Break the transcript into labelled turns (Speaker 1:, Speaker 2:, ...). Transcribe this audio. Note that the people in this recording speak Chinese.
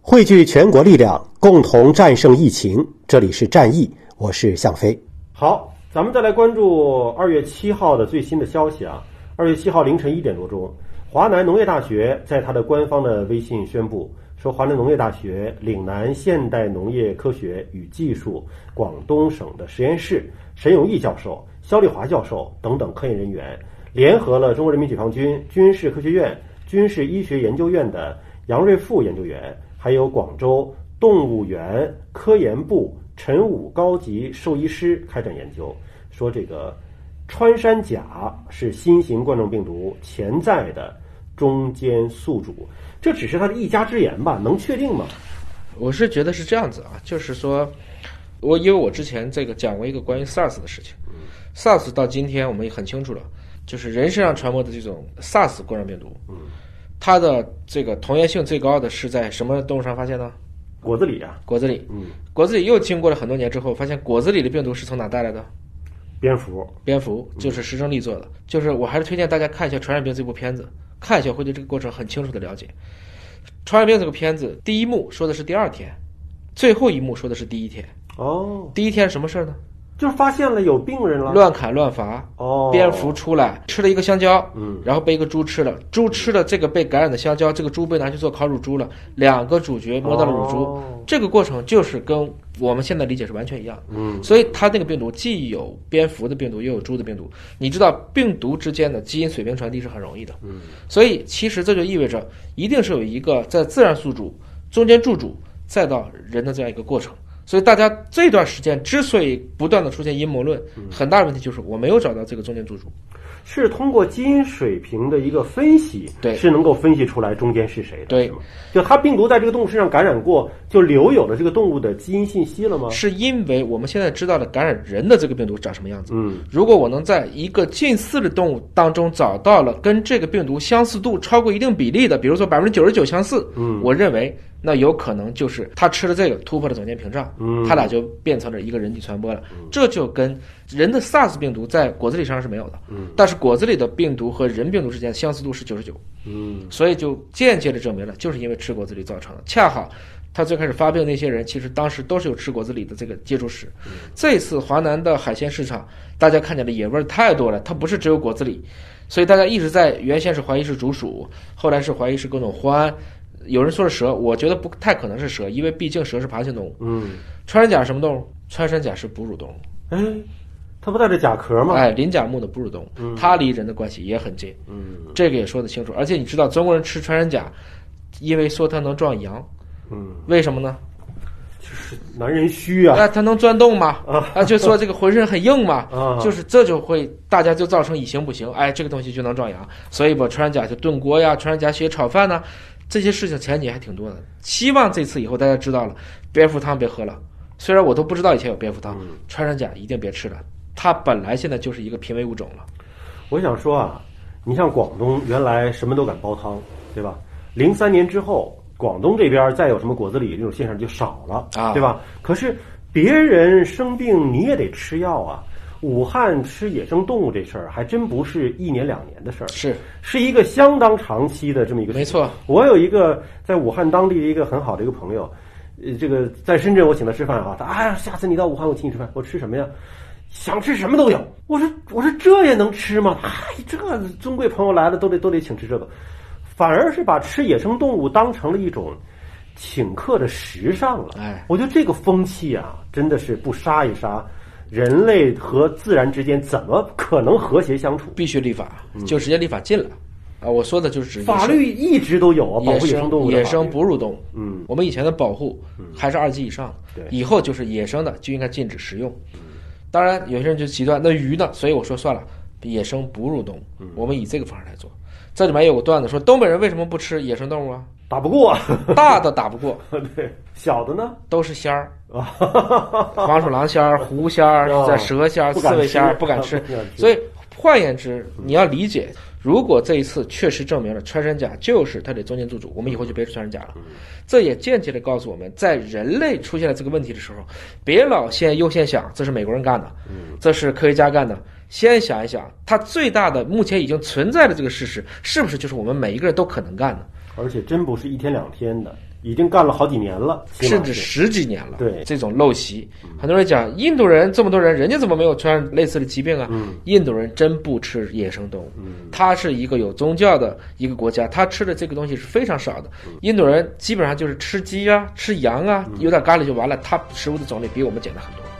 Speaker 1: 汇聚全国力量，共同战胜疫情。这里是战役，我是向飞。
Speaker 2: 好，咱们再来关注二月七号的最新的消息啊。二月七号凌晨一点多钟，华南农业大学在它的官方的微信宣布说，华南农业大学岭南现代农业科学与技术广东省的实验室沈永义教授、肖丽华教授等等科研人员，联合了中国人民解放军军事科学院军事医学研究院的杨瑞富研究员。还有广州动物园科研部陈武高级兽医师开展研究，说这个穿山甲是新型冠状病毒潜在的中间宿主，这只是他的一家之言吧？能确定吗？
Speaker 3: 我是觉得是这样子啊，就是说，我因为我之前这个讲过一个关于 SARS 的事情、嗯、，SARS 到今天我们也很清楚了，就是人身上传播的这种 SARS 冠状病毒。
Speaker 2: 嗯。
Speaker 3: 它的这个同源性最高的是在什么动物上发现呢？
Speaker 2: 果子狸啊，
Speaker 3: 果子狸，
Speaker 2: 嗯，
Speaker 3: 果子狸又经过了很多年之后，发现果子狸的病毒是从哪带来的？
Speaker 2: 蝙蝠，
Speaker 3: 蝙蝠就是石正丽做的。嗯、就是我还是推荐大家看一下《传染病》这部片子，看一下会对这个过程很清楚的了解。《传染病》这个片子第一幕说的是第二天，最后一幕说的是第一天。
Speaker 2: 哦，
Speaker 3: 第一天什么事儿呢？
Speaker 2: 就是发现了有病人了，
Speaker 3: 乱砍乱伐。
Speaker 2: 哦，
Speaker 3: 蝙蝠出来吃了一个香蕉，
Speaker 2: 嗯，
Speaker 3: 然后被一个猪吃了，猪吃了这个被感染的香蕉，这个猪被拿去做烤乳猪了，两个主角摸到了乳猪，
Speaker 2: 哦、
Speaker 3: 这个过程就是跟我们现在理解是完全一样。
Speaker 2: 嗯，
Speaker 3: 所以它那个病毒既有蝙蝠的病毒，又有猪的病毒。你知道病毒之间的基因水平传递是很容易的。
Speaker 2: 嗯，
Speaker 3: 所以其实这就意味着一定是有一个在自然宿主、中间宿主，再到人的这样一个过程。所以大家这段时间之所以不断的出现阴谋论，
Speaker 2: 嗯
Speaker 3: 很大问题就是我没有找到这个中间宿主，
Speaker 2: 是通过基因水平的一个分析，
Speaker 3: 对
Speaker 2: 是能够分析出来中间是谁的，
Speaker 3: 对
Speaker 2: 是吗，就它病毒在这个动物身上感染过，就留有了这个动物的基因信息了吗？
Speaker 3: 是因为我们现在知道了感染人的这个病毒长什么样子。
Speaker 2: 嗯，
Speaker 3: 如果我能在一个近似的动物当中找到了跟这个病毒相似度超过一定比例的，比如说百分之九十九相似，
Speaker 2: 嗯
Speaker 3: 我认为那有可能就是他吃了这个突破了总监屏障，
Speaker 2: 嗯
Speaker 3: 他俩就变成了一个人体传播了。这就跟人的 SARS 病毒在果子狸身上是没有的，
Speaker 2: 嗯
Speaker 3: 但是果子狸的病毒和人病毒之间相似度是九十九，
Speaker 2: 嗯
Speaker 3: 所以就间接的证明了，就是因为吃果子狸造成的。恰好他最开始发病那些人，其实当时都是有吃果子狸的这个接触史。这次华南的海鲜市场，大家看见的野味儿太多了，它不是只有果子狸，所以大家一直在原先是怀疑是竹鼠，后来是怀疑是各种獾。有人说是蛇，我觉得不太可能是蛇，因为毕竟蛇是爬行动物。
Speaker 2: 嗯，
Speaker 3: 穿山甲是什么动物？穿山甲是哺乳动物。
Speaker 2: 哎，它不带着甲壳吗？
Speaker 3: 哎，鳞甲目的哺乳动物，它离人的关系也很近，
Speaker 2: 嗯
Speaker 3: 这个也说得清楚。而且你知道中国人吃穿山甲，因为说它能壮阳，
Speaker 2: 嗯，
Speaker 3: 为什么呢？
Speaker 2: 男人虚啊，
Speaker 3: 那它能钻洞吗？啊，就说这个浑身很硬嘛，
Speaker 2: 啊，
Speaker 3: 就是这就会大家就造成以形补形，哎，这个东西就能壮阳，所以把穿山甲就炖锅呀，穿山甲血炒饭呐、这些事情前几年还挺多的。希望这次以后大家知道了，蝙蝠汤别喝了。虽然我都不知道以前有蝙蝠汤，
Speaker 2: 嗯
Speaker 3: 穿山甲一定别吃了，它本来现在就是一个濒危物种了。
Speaker 2: 我想说啊，你像广东原来什么都敢煲汤，对吧？零三年之后，广东这边再有什么果子狸这种现象就少了，
Speaker 3: 啊
Speaker 2: 对吧？可是别人生病你也得吃药啊。武汉吃野生动物这事儿还真不是一年两年的事儿，
Speaker 3: 是，
Speaker 2: 是一个相当长期的这么一个事情。
Speaker 3: 没错，
Speaker 2: 我有一个在武汉当地的一个很好的一个朋友，呃，这个在深圳我请他吃饭啊，他哎呀，下次你到武汉我请你吃饭，我吃什么呀？想吃什么都有。我说我说这也能吃吗？哎，这尊贵朋友来了都得都得请吃这个，反而是把吃野生动物当成了一种请客的时尚了。
Speaker 3: 哎
Speaker 2: 我觉得这个风气啊，真的是不杀一杀，人类和自然之间怎么可能和谐相处？
Speaker 3: 必须立法，就直接立法禁了。啊，我说的就是指野生
Speaker 2: 嗯法律一直都有啊，保
Speaker 3: 野
Speaker 2: 护野生动物
Speaker 3: 生
Speaker 2: 的
Speaker 3: 野
Speaker 2: 法
Speaker 3: 生
Speaker 2: 律
Speaker 3: 哺乳动物，
Speaker 2: 嗯
Speaker 3: 我们以前的保护还是二级以上的
Speaker 2: 对，嗯
Speaker 3: 以后就是野生的就应该禁止食用。当然，有些人就极端，那鱼呢？所以我说算了，野生哺乳动物，
Speaker 2: 嗯
Speaker 3: 我们以这个方式来做。这里面有个段子说，东北人为什么不吃野生 动物啊？
Speaker 2: 打不过。
Speaker 3: 大的打不过，
Speaker 2: 对，小的呢？
Speaker 3: 都是 仙儿，
Speaker 2: 啊，
Speaker 3: 黄鼠狼仙儿、狐仙儿、
Speaker 2: 哦
Speaker 3: 在蛇仙儿、
Speaker 2: 不
Speaker 3: 刺
Speaker 2: 敢
Speaker 3: 猬仙儿
Speaker 2: 吃
Speaker 3: 不敢吃
Speaker 2: 不敢。吃
Speaker 3: 所以换言之，你要理解，如果这一次确实证明了穿山甲就是它的中间宿主，我们以后就别吃穿山甲
Speaker 2: 嗯
Speaker 3: 了。这也间接的告诉我们，在人类
Speaker 2: 嗯
Speaker 3: 出现了这个问题的时候，别老先优先想这是美国人干的，这是科学家干的。先想一想，它最大的目前已经存在的这个事实，是不是就是我们每一个人都可能干的，
Speaker 2: 而且真不是一天两天的，已经干了好几年了，起码
Speaker 3: 甚至
Speaker 2: 是
Speaker 3: 十几年了？
Speaker 2: 对
Speaker 3: 这种陋习，很多人讲印度人这么多人，人家怎么没有传类似的疾病啊？
Speaker 2: 嗯
Speaker 3: 印度人真不吃野生动物，
Speaker 2: 嗯
Speaker 3: 它是一个有宗教的一个国家，它吃的这个东西是非常少的。印度人基本上就是吃鸡啊、吃羊啊，有点咖喱就完了。它食物的种类比我们简单很多。